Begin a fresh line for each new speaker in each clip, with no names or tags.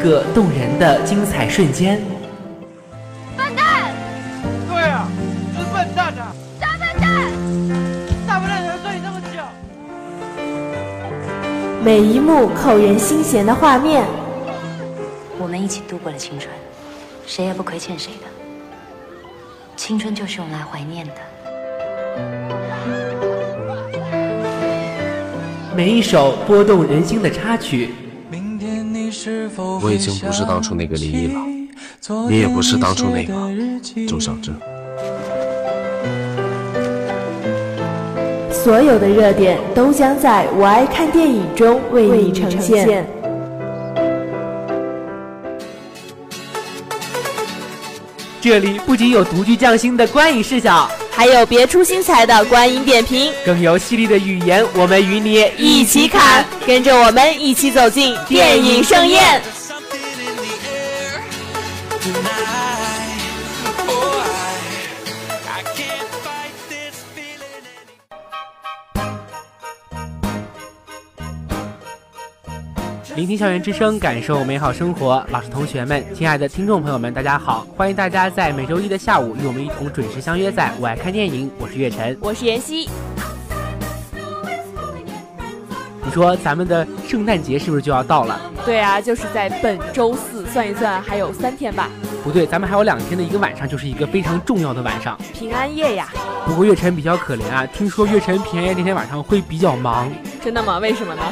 个动人的精彩瞬间。
笨蛋，
对啊，是笨蛋啊！
大笨蛋，
大笨蛋才追你这么久。
每一幕扣人心弦的画面，
我们一起度过了青春，谁也不亏欠谁的。青春就是用来怀念的。
每一首拨动人心的插曲，
我已经不是当初那个林一了，你也不是当初那个周小栀。
所有的热点都将在《我爱看电影》中为你呈现。
这里不仅有独具匠心的观影视角，
还有别出心裁的观影点评，
更有犀利的语言，我们与你
一起侃，跟着我们一起走进电影盛宴。
聆听校园之声，感受美好生活。老师、同学们，亲爱的听众朋友们，大家好！欢迎大家在每周一的下午与我们一同准时相约在《我爱看电影》，我是月晨。
我是妍希，
你说咱们的圣诞节是不是就要到了？
对啊，就是在本周四，算一算还有三天吧，
不对，咱们还有两天的一个晚上，就是一个非常重要的晚上。
平安夜呀，
不过月晨比较可怜啊，听说月晨平安夜那天晚上会比较忙，
真的吗？为什么呢？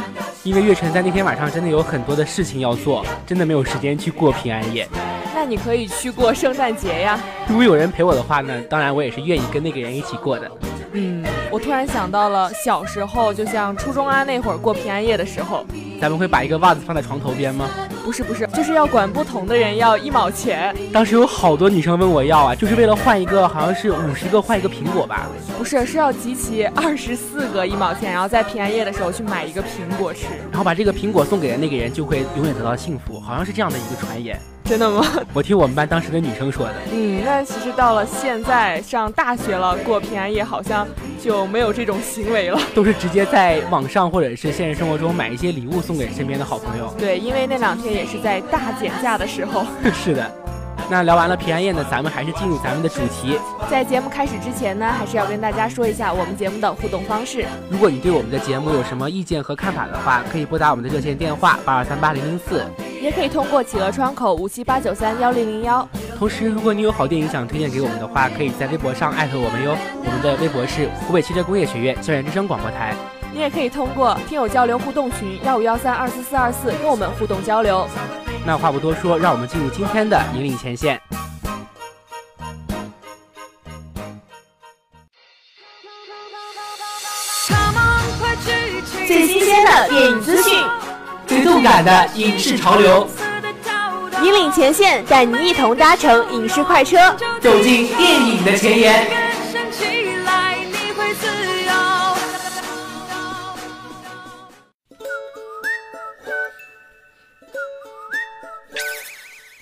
因为月晨在那天晚上真的有很多的事情要做，真的没有时间去过平安夜。
那你可以去过圣诞节呀。
如果有人陪我的话呢，当然我也是愿意跟那个人一起过的。
嗯，我突然想到了小时候，就像初中啊那会儿过平安夜的时候，
咱们会把一个袜子放在床头边吗？
不是不是，就是要管不同的人要一毛钱，
当时有好多女生问我要啊，就是为了换一个，好像是五十个换一个苹果吧。
不是是要集齐二十四个一毛钱，然后在平安夜的时候去买一个苹果吃。
然后把这个苹果送给了那个人，就会永远得到幸福，好像是这样的一个传言。
真的吗？
我听我们班当时的女生说的。
嗯，那其实到了现在上大学了，过平安夜好像就没有这种行为了。
都是直接在网上或者是现实生活中买一些礼物送给身边的好朋友。
对，因为那两天也是在大减价的时候。
是的，那聊完了平安夜呢，咱们还是进入咱们的主题。
在节目开始之前呢，还是要跟大家说一下我们节目的互动方式。
如果你对我们的节目有什么意见和看法的话，可以拨打我们的热线电话八二三八零零四。
也可以通过企鹅窗口五七八九三幺零零幺。
同时，如果你有好电影想推荐给我们的话，可以在微博上艾特我们哟。我们的微博是湖北汽车工业学院校园之声广播台。
你也可以通过听友交流互动群幺五幺三二四四二四跟我们互动交流。
那话不多说，让我们进入今天的引领前线。
最新鲜的电影资讯，
最动感的影视潮流，
引领前线带你一同搭乘影视快车。
走进电影的前沿。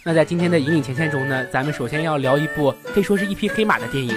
那在今天的引领前线中呢，咱们首先要聊一部可以说是一匹黑马的电影。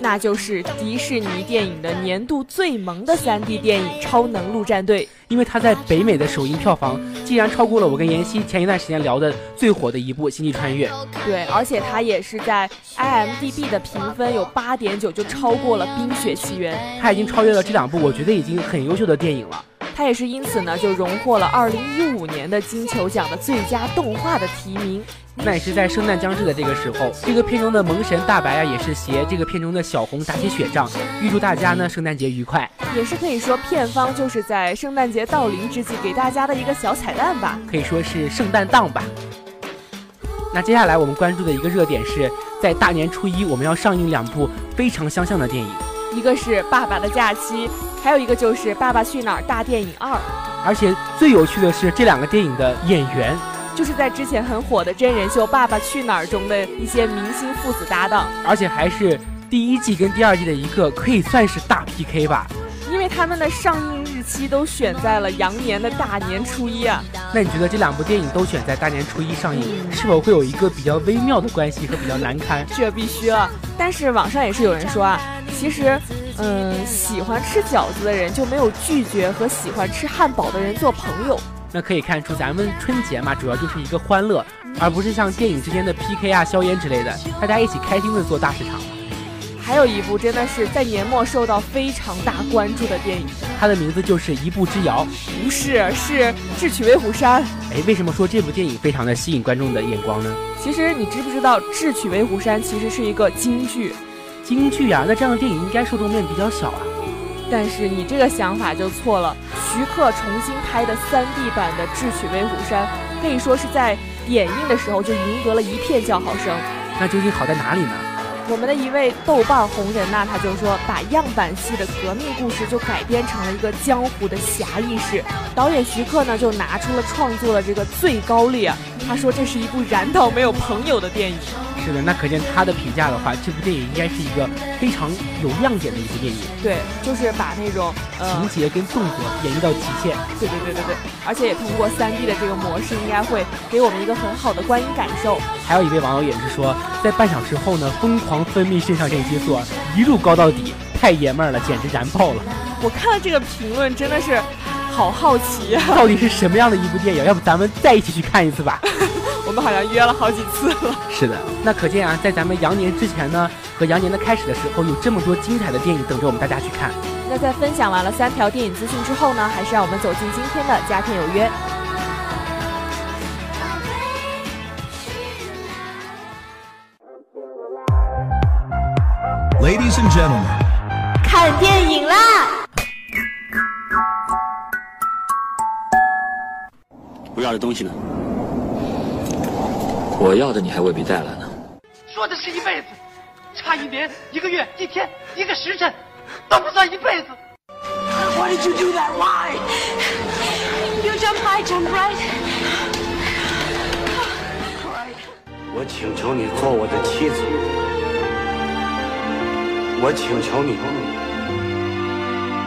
那就是迪士尼电影的年度最萌的 3D 电影《超能陆战队》。
因为它在北美的首映票房竟然超过了我跟妍希前一段时间聊的最火的一部《星际穿越》。
对，而且它也是在 IMDB 的评分有8.9，就超过了《冰雪奇缘》。
它已经超越了这两部我觉得已经很优秀的电影了。
它也是因此呢，就荣获了2015年的金球奖的最佳动画的提名。
那也是在圣诞将至的这个时候，这个片中的萌神大白啊，也是携这个片中的小红打起雪仗，预祝大家呢圣诞节愉快。
也是可以说，片方就是在圣诞节到临之际给大家的一个小彩蛋吧。
可以说是圣诞档吧。那接下来我们关注的一个热点是在大年初一，我们要上映两部非常相像的电影，
一个是《爸爸的假期》，还有一个就是《爸爸去哪儿》大电影二，
而且最有趣的是这两个电影的演员，
就是在之前很火的真人秀《爸爸去哪儿》中的一些明星父子搭档，
而且还是第一季跟第二季的一个可以算是大 PK 吧。
因为他们的上映日期都选在了羊年的大年初一啊。
那你觉得这两部电影都选在大年初一上映，是否会有一个比较微妙的关系和比较难堪？
这必须了。但是网上也是有人说啊，其实，嗯，喜欢吃饺子的人就没有拒绝和喜欢吃汉堡的人做朋友。
那可以看出咱们春节嘛，主要就是一个欢乐，而不是像电影之间的 PK 啊、硝烟之类的，大家一起开心的做大市场。
还有一部真的是在年末受到非常大关注的电影，
它的名字就是《一步之遥》。
不是，是《智取威虎山》。
哎，为什么说这部电影非常的吸引观众的眼光呢？
其实你知不知道，《智取威虎山》其实是一个京剧，
京剧啊，那这样的电影应该受众面比较小啊。
但是你这个想法就错了。徐克重新拍的 3D 版的《智取威虎山》，可以说是在点映的时候就赢得了一片叫好声。
那究竟好在哪里呢？
我们的一位豆瓣红人呐、他就说把样板戏的革命故事就改编成了一个江湖的侠义史。导演徐克呢就拿出了创作的这个最高烈，他说这是一部燃到没有朋友的电影。
是的，那可见他的评价的话，这部电影应该是一个非常有亮点的一部电影，
对，就是把那种呃
情，节跟动作演绎到极限。
对对对对对，而且也通过 3D 的这个模式，应该会给我们一个很好的观影感受。
还有一位网友也是说，在半小时后呢，疯狂分泌肾上腺激素，啊一路高到底，太爷们儿了，简直燃爆了！
我看了这个评论，真的是好好奇 呀、
到底是什么样的一部电影？要不咱们再一起去看一次吧？
我们好像约了好几次了。
是的，那可见啊，在咱们羊年之前呢，和羊年的开始的时候，有这么多精彩的电影等着我们大家去看。
那在分享完了三条电影资讯之后呢，还是让我们走进今天的佳片有约。
Ladies and gentlemen,
看电影啦！
我要的东西呢？我要的你还未必带来呢。
说的是一辈子，差一年、一个月、一天、一个时辰，都不算一辈子。
Why did you do that? Why? You jump high, jump right.
我请求你做我的妻子，我请求你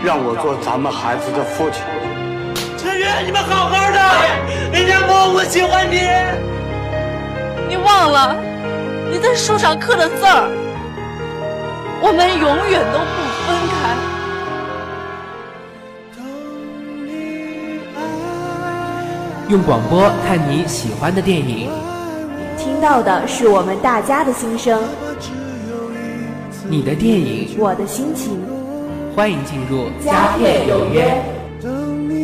让我做咱们孩子的父亲。
陈云，你们好好的，人家问我喜欢你。你忘了你在树上刻的字儿，我们永远都不分开。
用广播看你喜欢的电影，
听到的是我们大家的心声，
你的电影，
我的心情。
欢迎进入
佳片有约。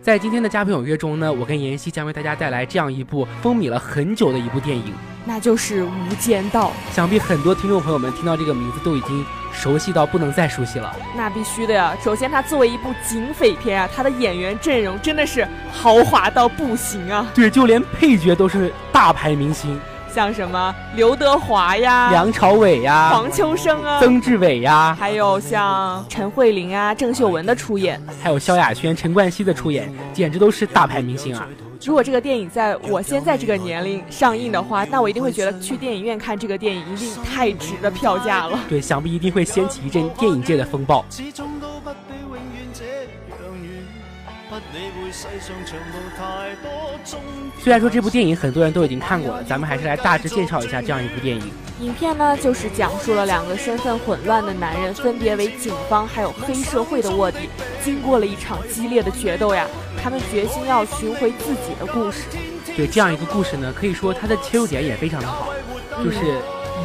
在今天的《佳片有约》中呢，我跟妍希将为大家带来这样一部风靡了很久的一部电影。
那就是《无间道》，
想必很多听众朋友们听到这个名字都已经熟悉到不能再熟悉了。
那必须的呀。首先，它作为一部警匪片啊，它的演员阵容真的是豪华到不行啊，
对，就连配角都是大牌明星，
像什么刘德华 呀、
梁朝伟呀、
黄秋生啊，
曾志伟呀，
还有像陈慧琳啊、郑秀文的出演。
还有萧亚轩、陈冠希的出演，简直都是大牌明星啊！
如果这个电影在我现在这个年龄上映的话，那我一定会觉得去电影院看这个电影一定太值得票价了。
对，想必一定会掀起一阵电影界的风暴。
始終都不比永遠這樣遠，不理會世上長路太多終
虽然说这部电影很多人都已经看过了，咱们还是来大致介绍一下这样一部电影。
影片呢，就是讲述了两个身份混乱的男人，分别为警方还有黑社会的卧底，经过了一场激烈的决斗呀，他们决心要寻回自己的故事。
对这样一个故事呢，可以说它的切入点也非常的好，就是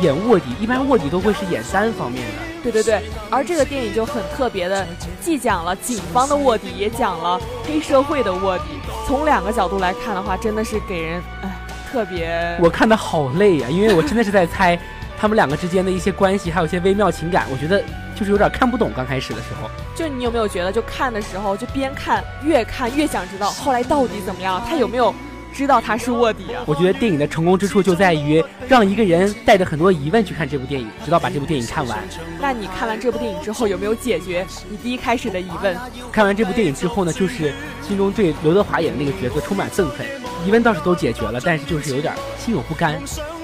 演卧底，一般卧底都会是演单方面的。
对对对，而这个电影就很特别的，既讲了警方的卧底，也讲了黑社会的卧底。从两个角度来看的话，真的是给人哎特别
我看的好累啊呀、因为我真的是在猜他们两个之间的一些关系，还有一些微妙情感，我觉得就是有点看不懂。刚开始的时候，
就你有没有觉得，就看的时候就边看越看越想知道后来到底怎么样？他有没有知道他是卧底啊？
我觉得电影的成功之处就在于让一个人带着很多疑问去看这部电影，直到把这部电影看完。
那你看完这部电影之后，有没有解决你第一开始的疑问？
看完这部电影之后呢，就是心中对刘德华演的那个角色充满憎恨，疑问倒是都解决了，但是就是有点心有不甘，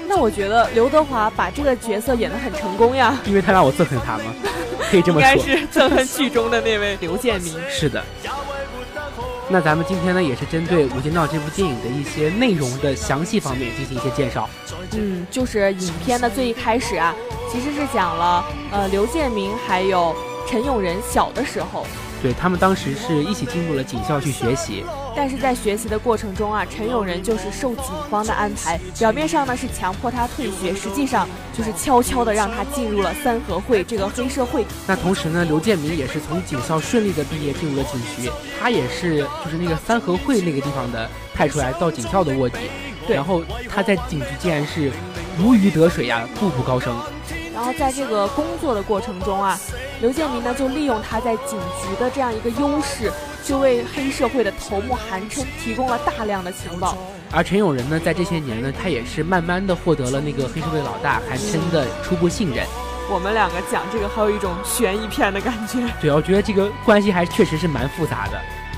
那我觉得刘德华把这个角色演得很成功呀。
因为他让我憎恨他嘛。可以这么
应该
说。
是憎恨剧中的那位刘建明。
是的。那咱们今天呢，也是针对《无间道》这部电影的一些内容的详细方面进行一些介绍。
嗯，就是影片的最一开始啊，其实是讲了呃刘建明还有陈永仁小的时候，
对他们当时是一起进入了警校去学习，
但是在学习的过程中啊，陈永仁就是受警方的安排，表面上呢是强迫他退学，实际上就是悄悄的让他进入了三合会这个黑社会。
那同时呢，刘建明也是从警校顺利的毕业，进入了警局。他也是就是那个三合会那个地方的派出来到警校的卧底。
对
然后他在警局竟然是如鱼得水呀、步步高升。
然后在这个工作的过程中啊，刘建明呢就利用他在警局的这样一个优势，就为黑社会的头目韩琛提供了大量的情报。
而陈永仁呢，在这些年呢，他也是慢慢的获得了那个黑社会老大韩琛的初步信任。
我们两个讲这个，还有一种悬疑片的感觉。
对，我觉得这个关系还确实是蛮复杂的。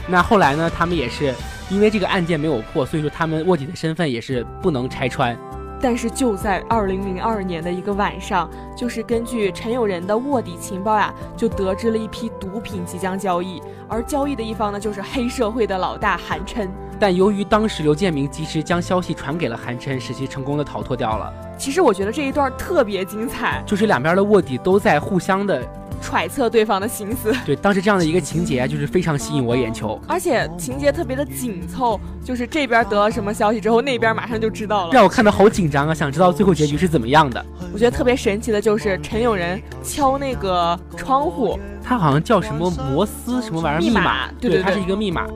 那后来呢，他们也是因为这个案件没有破，所以说他们卧底的身份也是不能拆穿。
但是就在二零零二年的一个晚上，就是根据陈友仁的卧底情报呀、就得知了一批毒品即将交易，而交易的一方呢，就是黑社会的老大韩琛。
但由于当时刘建明及时将消息传给了韩琛，使其成功的逃脱掉了。
其实我觉得这一段特别精彩，
就是两边的卧底都在互相的，
揣测对方的心思，
对当时这样的一个情节啊，就是非常吸引我眼球，
而且情节特别的紧凑，就是这边得了什么消息之后，那边马上就知道了。
让我看的好紧张啊，想知道最后结局是怎么样的。
我觉得特别神奇的就是陈友仁敲那个窗户，
他好像叫什么摩斯什么玩意儿
密
码，
码对对
它
对
是一个密码。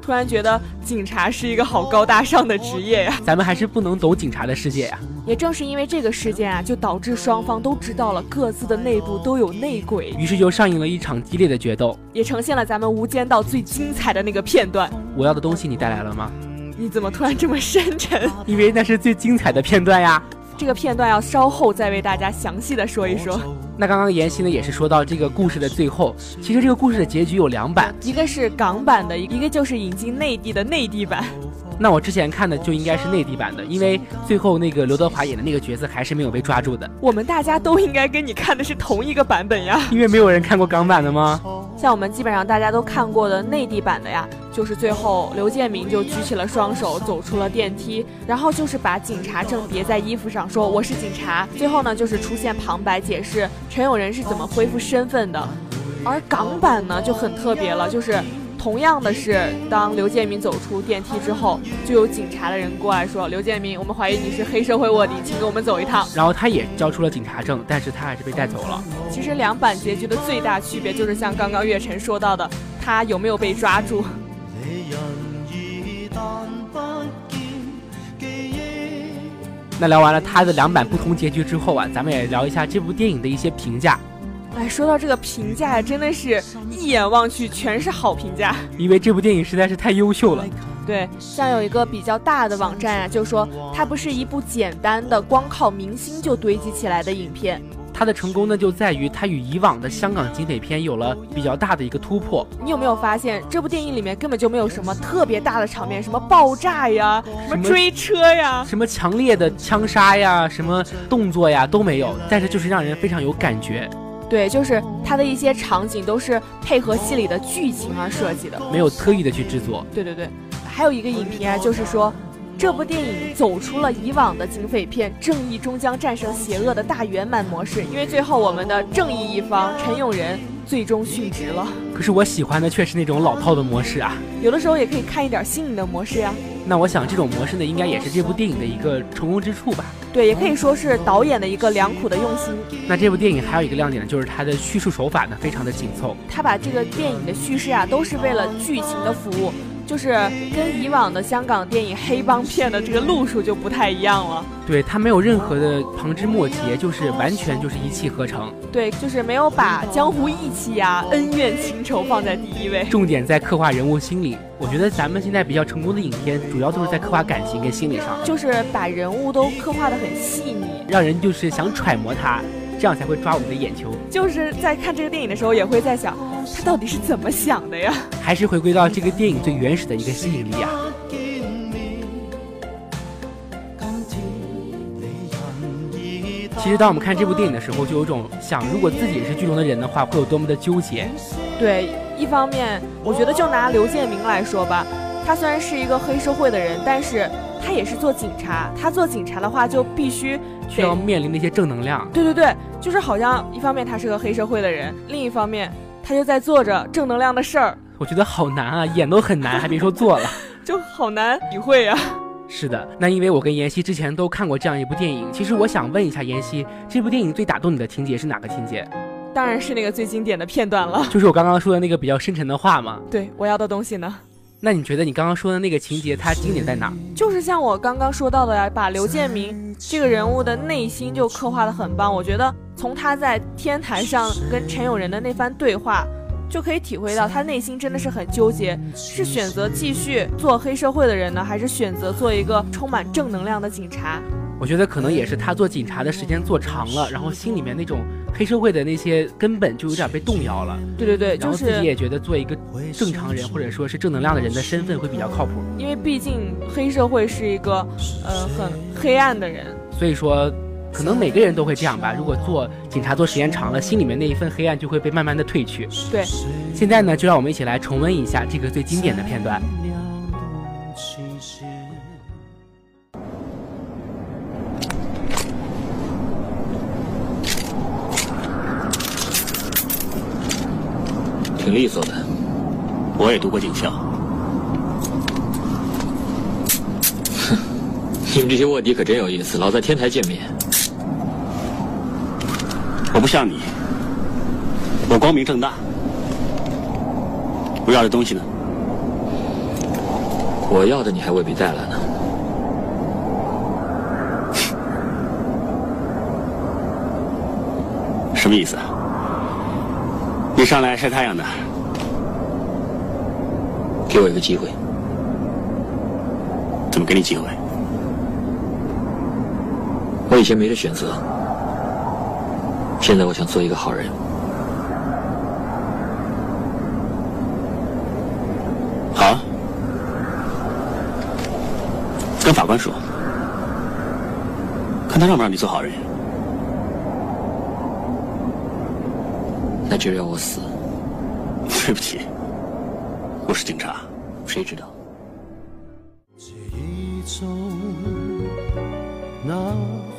突然觉得警察是一个好高大上的职业呀、
咱们还是不能走警察的世界啊呀、
也正是因为这个事件啊，就导致双方都知道了各自的内部都有内鬼，
于是就上映了一场激烈的决斗。
也呈现了咱们《无间道》最精彩的那个片段。
我要的东西你带来了吗？
你怎么突然这么深沉？
因为那是最精彩的片段呀。
这个片段要稍后再为大家详细的说一说。
那刚刚妍希呢也是说到这个故事的最后，其实这个故事的结局有两版。
一个是港版的，一个就是引进内地的内地版。
那我之前看的就应该是内地版的，因为最后那个刘德华演的那个角色还是没有被抓住的，
我们大家都应该跟你看的是同一个版本呀。
因为没有人看过港版的吗？
像我们基本上大家都看过的内地版的呀，就是最后刘建明就举起了双手走出了电梯，然后就是把警察证别在衣服上，说我是警察。最后呢，就是出现旁白解释陈永仁是怎么恢复身份的。而港版呢就很特别了，就是同样的是，当刘建明走出电梯之后，就有警察的人过来说：“刘建明，我们怀疑你是黑社会卧底，请跟我们走一趟。”
然后他也交出了警察证，但是他还是被带走了。
其实两版结局的最大区别就是像刚刚月晨说到的，他有没有被抓住。
那聊完了他的两版不同结局之后啊，咱们也聊一下这部电影的一些评价，
哎，说到这个评价，真的是一眼望去全是好评价。
因为这部电影实在是太优秀了。
对，像有一个比较大的网站啊，就说它不是一部简单的光靠明星就堆积起来的影片，
它的成功呢，就在于它与以往的香港警匪片有了比较大的一个突破。
你有没有发现，这部电影里面根本就没有什么特别大的场面，什么爆炸呀，什
么
么追车呀，
什么强烈的枪杀呀，什么动作呀都没有，但是就是让人非常有感觉，
对，就是它的一些场景都是配合戏里的剧情而设计的。
没有特意的去制作。
对对对，还有一个影评啊，就是说。这部电影走出了以往的警匪片“正义终将战胜邪恶”的大圆满模式，因为最后我们的正义一方陈永仁最终殉职了。
可是我喜欢的却是那种老套的模式啊。
有的时候也可以看一点新颖的模式呀、
那我想这种模式呢，应该也是这部电影的一个成功之处吧。
对，也可以说是导演的一个良苦的用心。
那这部电影还有一个亮点呢，就是它的叙述手法呢非常的紧凑，
他把这个电影的叙事啊，都是为了剧情的服务，就是跟以往的香港电影黑帮片的这个路数就不太一样了。
对它没有任何的旁枝末节，就是完全就是一气呵成。
对，就是没有把江湖义气呀、恩怨情仇放在第一位。
重点在刻画人物心理，我觉得咱们现在比较成功的影片，主要都是在刻画感情跟心理上，
就是把人物都刻画的很细腻，
让人就是想揣摩它，这样才会抓我们的眼球。
就是在看这个电影的时候也会在想，他到底是怎么想的呀？
还是回归到这个电影最原始的一个吸引力啊。其实当我们看这部电影的时候，就有种想，如果自己也是剧中的人的话，会有多么的纠结。
对，一方面，我觉得就拿刘建明来说吧，他虽然是一个黑社会的人，但是他也是做警察。他做警察的话，就必须
需要面临那些正能量。
对对对，就是好像一方面他是个黑社会的人，另一方面他就在做着正能量的事儿。
我觉得好难啊，演都很难，还别说做了，
就好难体会啊。
是的，那因为我跟妍希之前都看过这样一部电影，其实我想问一下妍希，这部电影最打动你的情节是哪个情节？
当然是那个最经典的片段了，
就是我刚刚说的那个比较深沉的话嘛。
对，我要的东西呢？
那你觉得你刚刚说的那个情节，它经典在哪？
就是像我刚刚说到的呀，把刘建明这个人物的内心就刻画的很棒。我觉得从他在天台上跟陈友仁的那番对话。就可以体会到他内心真的是很纠结，是选择继续做黑社会的人呢，还是选择做一个充满正能量的警察？
我觉得可能也是他做警察的时间做长了，然后心里面那种黑社会的那些根本就有点被动摇了。
对对对，
然后自己也觉得做一个正常人或者说是正能量的人的身份会比较靠谱，
因为毕竟黑社会是一个呃很黑暗的人，
所以说。可能每个人都会这样吧。如果做警察做时间长了，心里面那一份黑暗就会被慢慢的褪去。
对，
现在呢，就让我们一起来重温一下这个最经典的片段。
挺利索的，我也读过警校。哼，你们这些卧底可真有意思，老在天台见面。
我不像你，我光明正大。
我要的东西呢？我要的你还未必带来呢。
什么意思？啊你上来晒太阳的？
给我一个机会。
怎么给你机会？
我以前没这选择。现在我想做一个好人。
好、啊，跟法官说，看他让不让你做好人。
那就让我死。
对不起，我是警察，
谁知道？
这一种那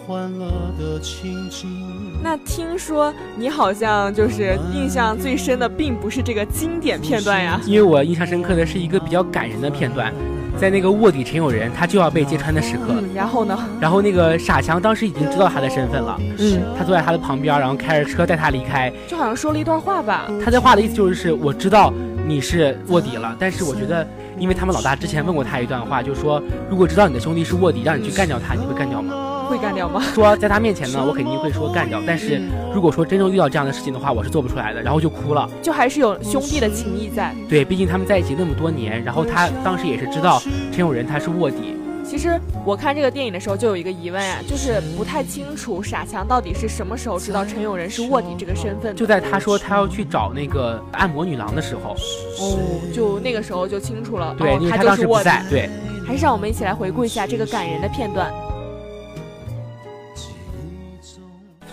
欢乐的情景。
那听说你好像就是印象最深的，并不是这个经典片段呀？
因为我印象深刻的是一个比较感人的片段，在那个卧底陈友仁他就要被揭穿的时刻。
嗯，然后呢？
然后那个傻强当时已经知道他的身份了。
嗯，
他坐在他的旁边，然后开着车带他离开，
就好像说了一段话吧。
他这话的意思就是，我知道你是卧底了，但是我觉得，因为他们老大之前问过他一段话，就说如果知道你的兄弟是卧底，让你去干掉他，你会干掉吗？
会干掉吗？
说在他面前呢，我肯定会说干掉。但是如果说真正遇到这样的事情的话，我是做不出来的。然后就哭了，
就还是有兄弟的情谊在。
对，毕竟他们在一起那么多年，然后他当时也是知道陈永仁他是卧底。
其实我看这个电影的时候就有一个疑问啊，就是不太清楚傻强到底是什么时候知道陈永仁是卧底这个身份。
就在他说他要去找那个按摩女郎的时候，
哦，就那个时候就清楚了。
对，
哦、
因为
他
当时
不
在。对，
还是让我们一起来回顾一下这个感人的片段。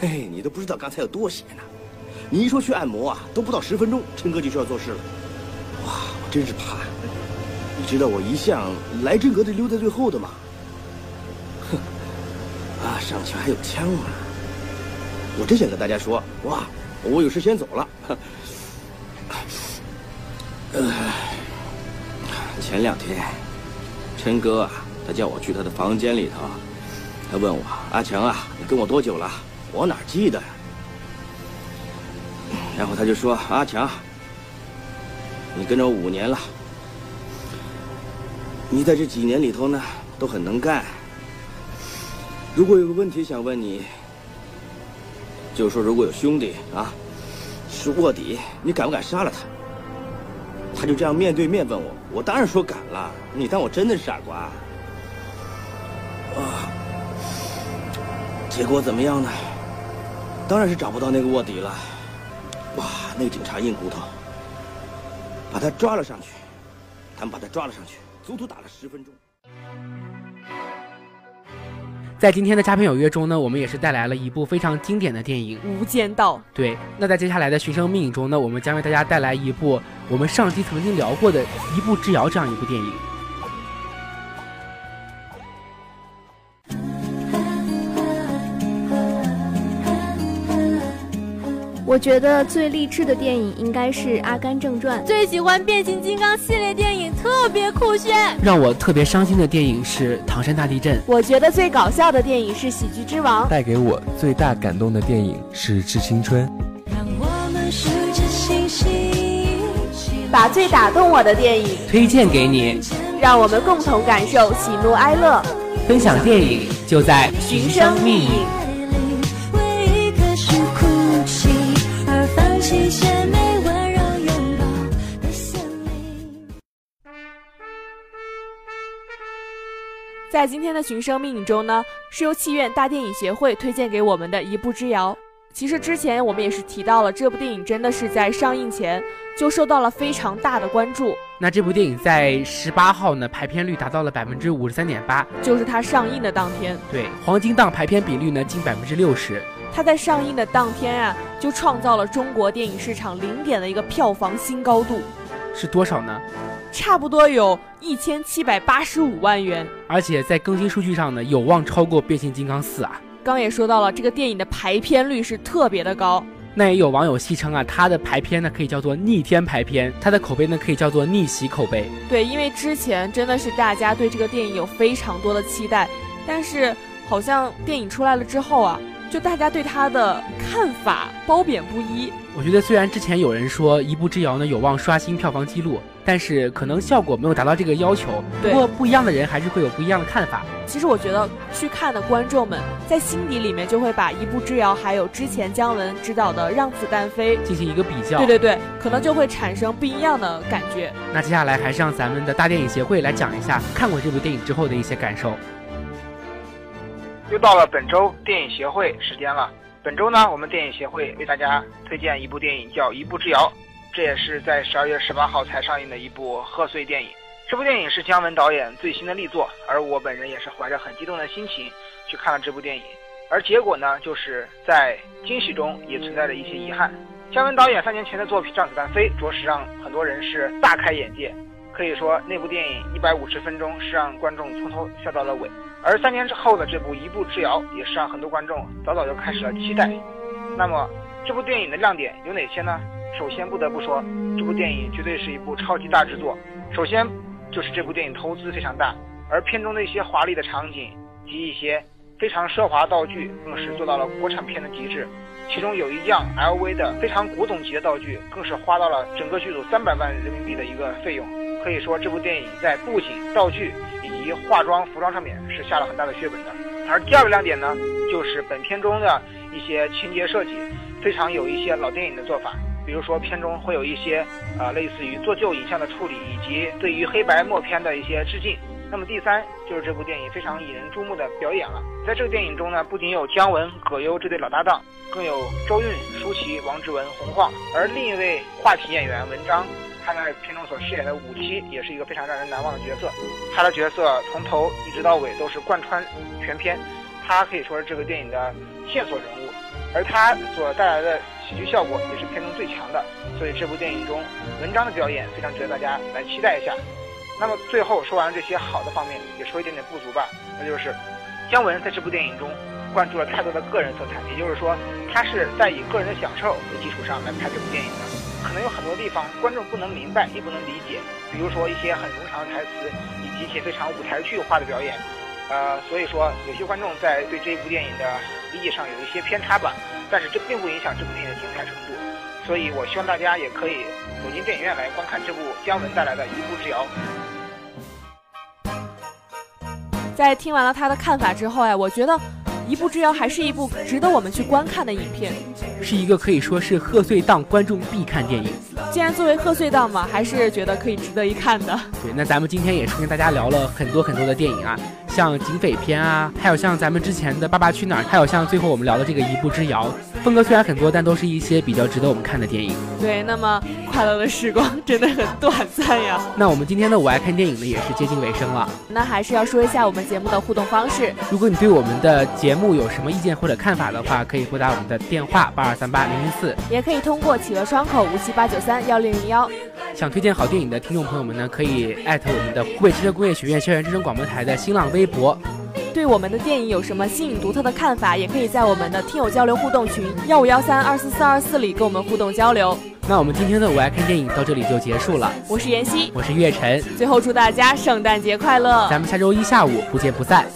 嘿，你都不知道刚才有多闲呐、啊！你一说去按摩啊，都不到十分钟，陈哥就需要做事了。哇，我真是怕！啊你知道我一向来真格的溜在最后的吗？哼，啊，上去还有枪吗？我真想跟大家说，哇，我有事先走了。呃，前两天，陈哥啊，他叫我去他的房间里头，他问我阿强啊，你跟我多久了？我哪记得呀、啊？然后他就说：“阿强，你跟着我五年了，你在这几年里头呢，都很能干。如果有个问题想问你，就说如果有兄弟啊是卧底，你敢不敢杀了他？”他就这样面对面问我，我当然说敢了。你当我真的傻瓜？啊！结果怎么样呢？当然是找不到那个卧底了，哇！那个警察硬骨头，把他抓了上去，他们把他抓了上去，足足打了十分钟。
在今天的《佳片有约》中呢，我们也是带来了一部非常经典的电影《
无间道》。
对，那在接下来的《寻声觅影》中呢，我们将为大家带来一部我们上期曾经聊过的《一步之遥》这样一部电影。
我觉得最励志的电影应该是《阿甘正传》，
最喜欢变形金刚系列电影，特别酷炫。
让我特别伤心的电影是《唐山大地震》，
我觉得最搞笑的电影是《喜剧之王》，
带给我最大感动的电影是《致青春》，
让我们数着星星，
把最打动我的电影
推荐给你，
让我们共同感受喜怒哀乐，
分享电影就在
《寻声觅影》。
姐妹温柔拥抱的鲜
在今天的《寻声觅影》中呢，是由戏院大电影协会推荐给我们的一步之遥。其实之前我们也是提到了，这部电影真的是在上映前就受到了非常大的关注。
那这部电影在十八号呢排片率达到了百分之五十三点八，
就是它上映的当天。
对，黄金档排片比率呢近百分之六十。
它在上映的当天啊，就创造了中国电影市场零点的一个票房新高度，
是多少呢？
差不多有一千七百八十五万元，
而且在更新数据上呢，有望超过《变形金刚四》啊。
刚也说到了，这个电影的排片率是特别的高。
那也有网友戏称啊，它的排片呢可以叫做逆天排片，它的口碑呢可以叫做逆袭口碑。
对，因为之前真的是大家对这个电影有非常多的期待，但是好像电影出来了之后啊。就大家对他的看法褒贬不一。
我觉得虽然之前有人说《一步之遥》呢有望刷新票房记录，但是可能效果没有达到这个要求。
不
过不一样的人还是会有不一样的看法。
其实我觉得去看的观众们在心底里面就会把《一步之遥》还有之前姜文执导的《让子弹飞》
进行一个比较。
对对对，可能就会产生不一样的感觉。
那接下来还是让咱们的大电影协会来讲一下看过这部电影之后的一些感受。
又到了本周电影协会时间了。本周呢，我们电影协会为大家推荐一部电影叫《一步之遥》，这也是在十二月十八号才上映的一部贺岁电影。这部电影是姜文导演最新的力作，而我本人也是怀着很激动的心情去看了这部电影。而结果呢，就是在惊喜中也存在着一些遗憾。姜文导演三年前的作品《让子弹飞》着实让很多人是大开眼界。可以说，那部电影一百五十分钟是让观众从头笑到了尾，而三年之后的这部《一步之遥》也是让很多观众早早就开始了期待。那么，这部电影的亮点有哪些呢？首先不得不说，这部电影绝对是一部超级大制作。首先就是这部电影投资非常大，而片中的一些华丽的场景及一些非常奢华道具，更是做到了国产片的极致。其中有一样 LV 的非常古董级的道具，更是花到了整个剧组三百万人民币的一个费用。可以说，这部电影在布景、道具以及化妆、服装上面是下了很大的血本的。而第二个亮点呢，就是本片中的一些情节设计，非常有一些老电影的做法。比如说，片中会有一些啊、呃、类似于做旧影像的处理，以及对于黑白默片的一些致敬。那么第三就是这部电影非常引人注目的表演了。在这个电影中呢，不仅有姜文、葛优这对老搭档，更有周韵、舒淇、王志文、洪晃，而另一位话题演员文章。他在片中所饰演的武七也是一个非常让人难忘的角色，他的角色从头一直到尾都是贯穿全片，他可以说是这个电影的线索人物，而他所带来的喜剧效果也是片中最强的，所以这部电影中文章的表演非常值得大家来期待一下。那么最后说完这些好的方面，也说一点点不足吧，那就是姜文在这部电影中灌注了太多的个人色彩，也就是说他是在以个人的享受为基础上来拍这部电影的。可能有很多地方观众不能明白，也不能理解，比如说一些很冗长的台词，以及一些非常舞台剧化的表演，呃，所以说有些观众在对这部电影的理解上有一些偏差吧，但是这并不影响这部电影的精彩程度，所以我希望大家也可以走进电影院来观看这部姜文带来的《一步之遥》。
在听完了他的看法之后呀、啊，我觉得。一步之遥还是一部值得我们去观看的影片，
是一个可以说是贺岁档观众必看电影。
既然作为贺岁档嘛，还是觉得可以值得一看的。
对，那咱们今天也是跟大家聊了很多很多的电影啊，像警匪片啊，还有像咱们之前的《爸爸去哪儿》，还有像最后我们聊的这个《一步之遥》，风格虽然很多，但都是一些比较值得我们看的电影。
对，那么快乐的时光真的很短暂呀。
那我们今天的我爱看电影呢，也是接近尾声了。
那还是要说一下我们节目的互动方式。
如果你对我们的节目有什么意见或者看法的话，可以拨打我们的电话八二三八零零四，
也可以通过企鹅窗口五七八九三幺零零幺。
想推荐好电影的听众朋友们呢，可以艾特我们的湖北汽车工业学院校园之声广播台的新浪微博。
对我们的电影有什么新颖独特的看法，也可以在我们的听友交流互动群幺五幺三二四四二四里跟我们互动交流。
那我们今天的我爱看电影到这里就结束了。
我是妍希，
我是岳晨。
最后祝大家圣诞节快乐！
咱们下周一下午不见不散。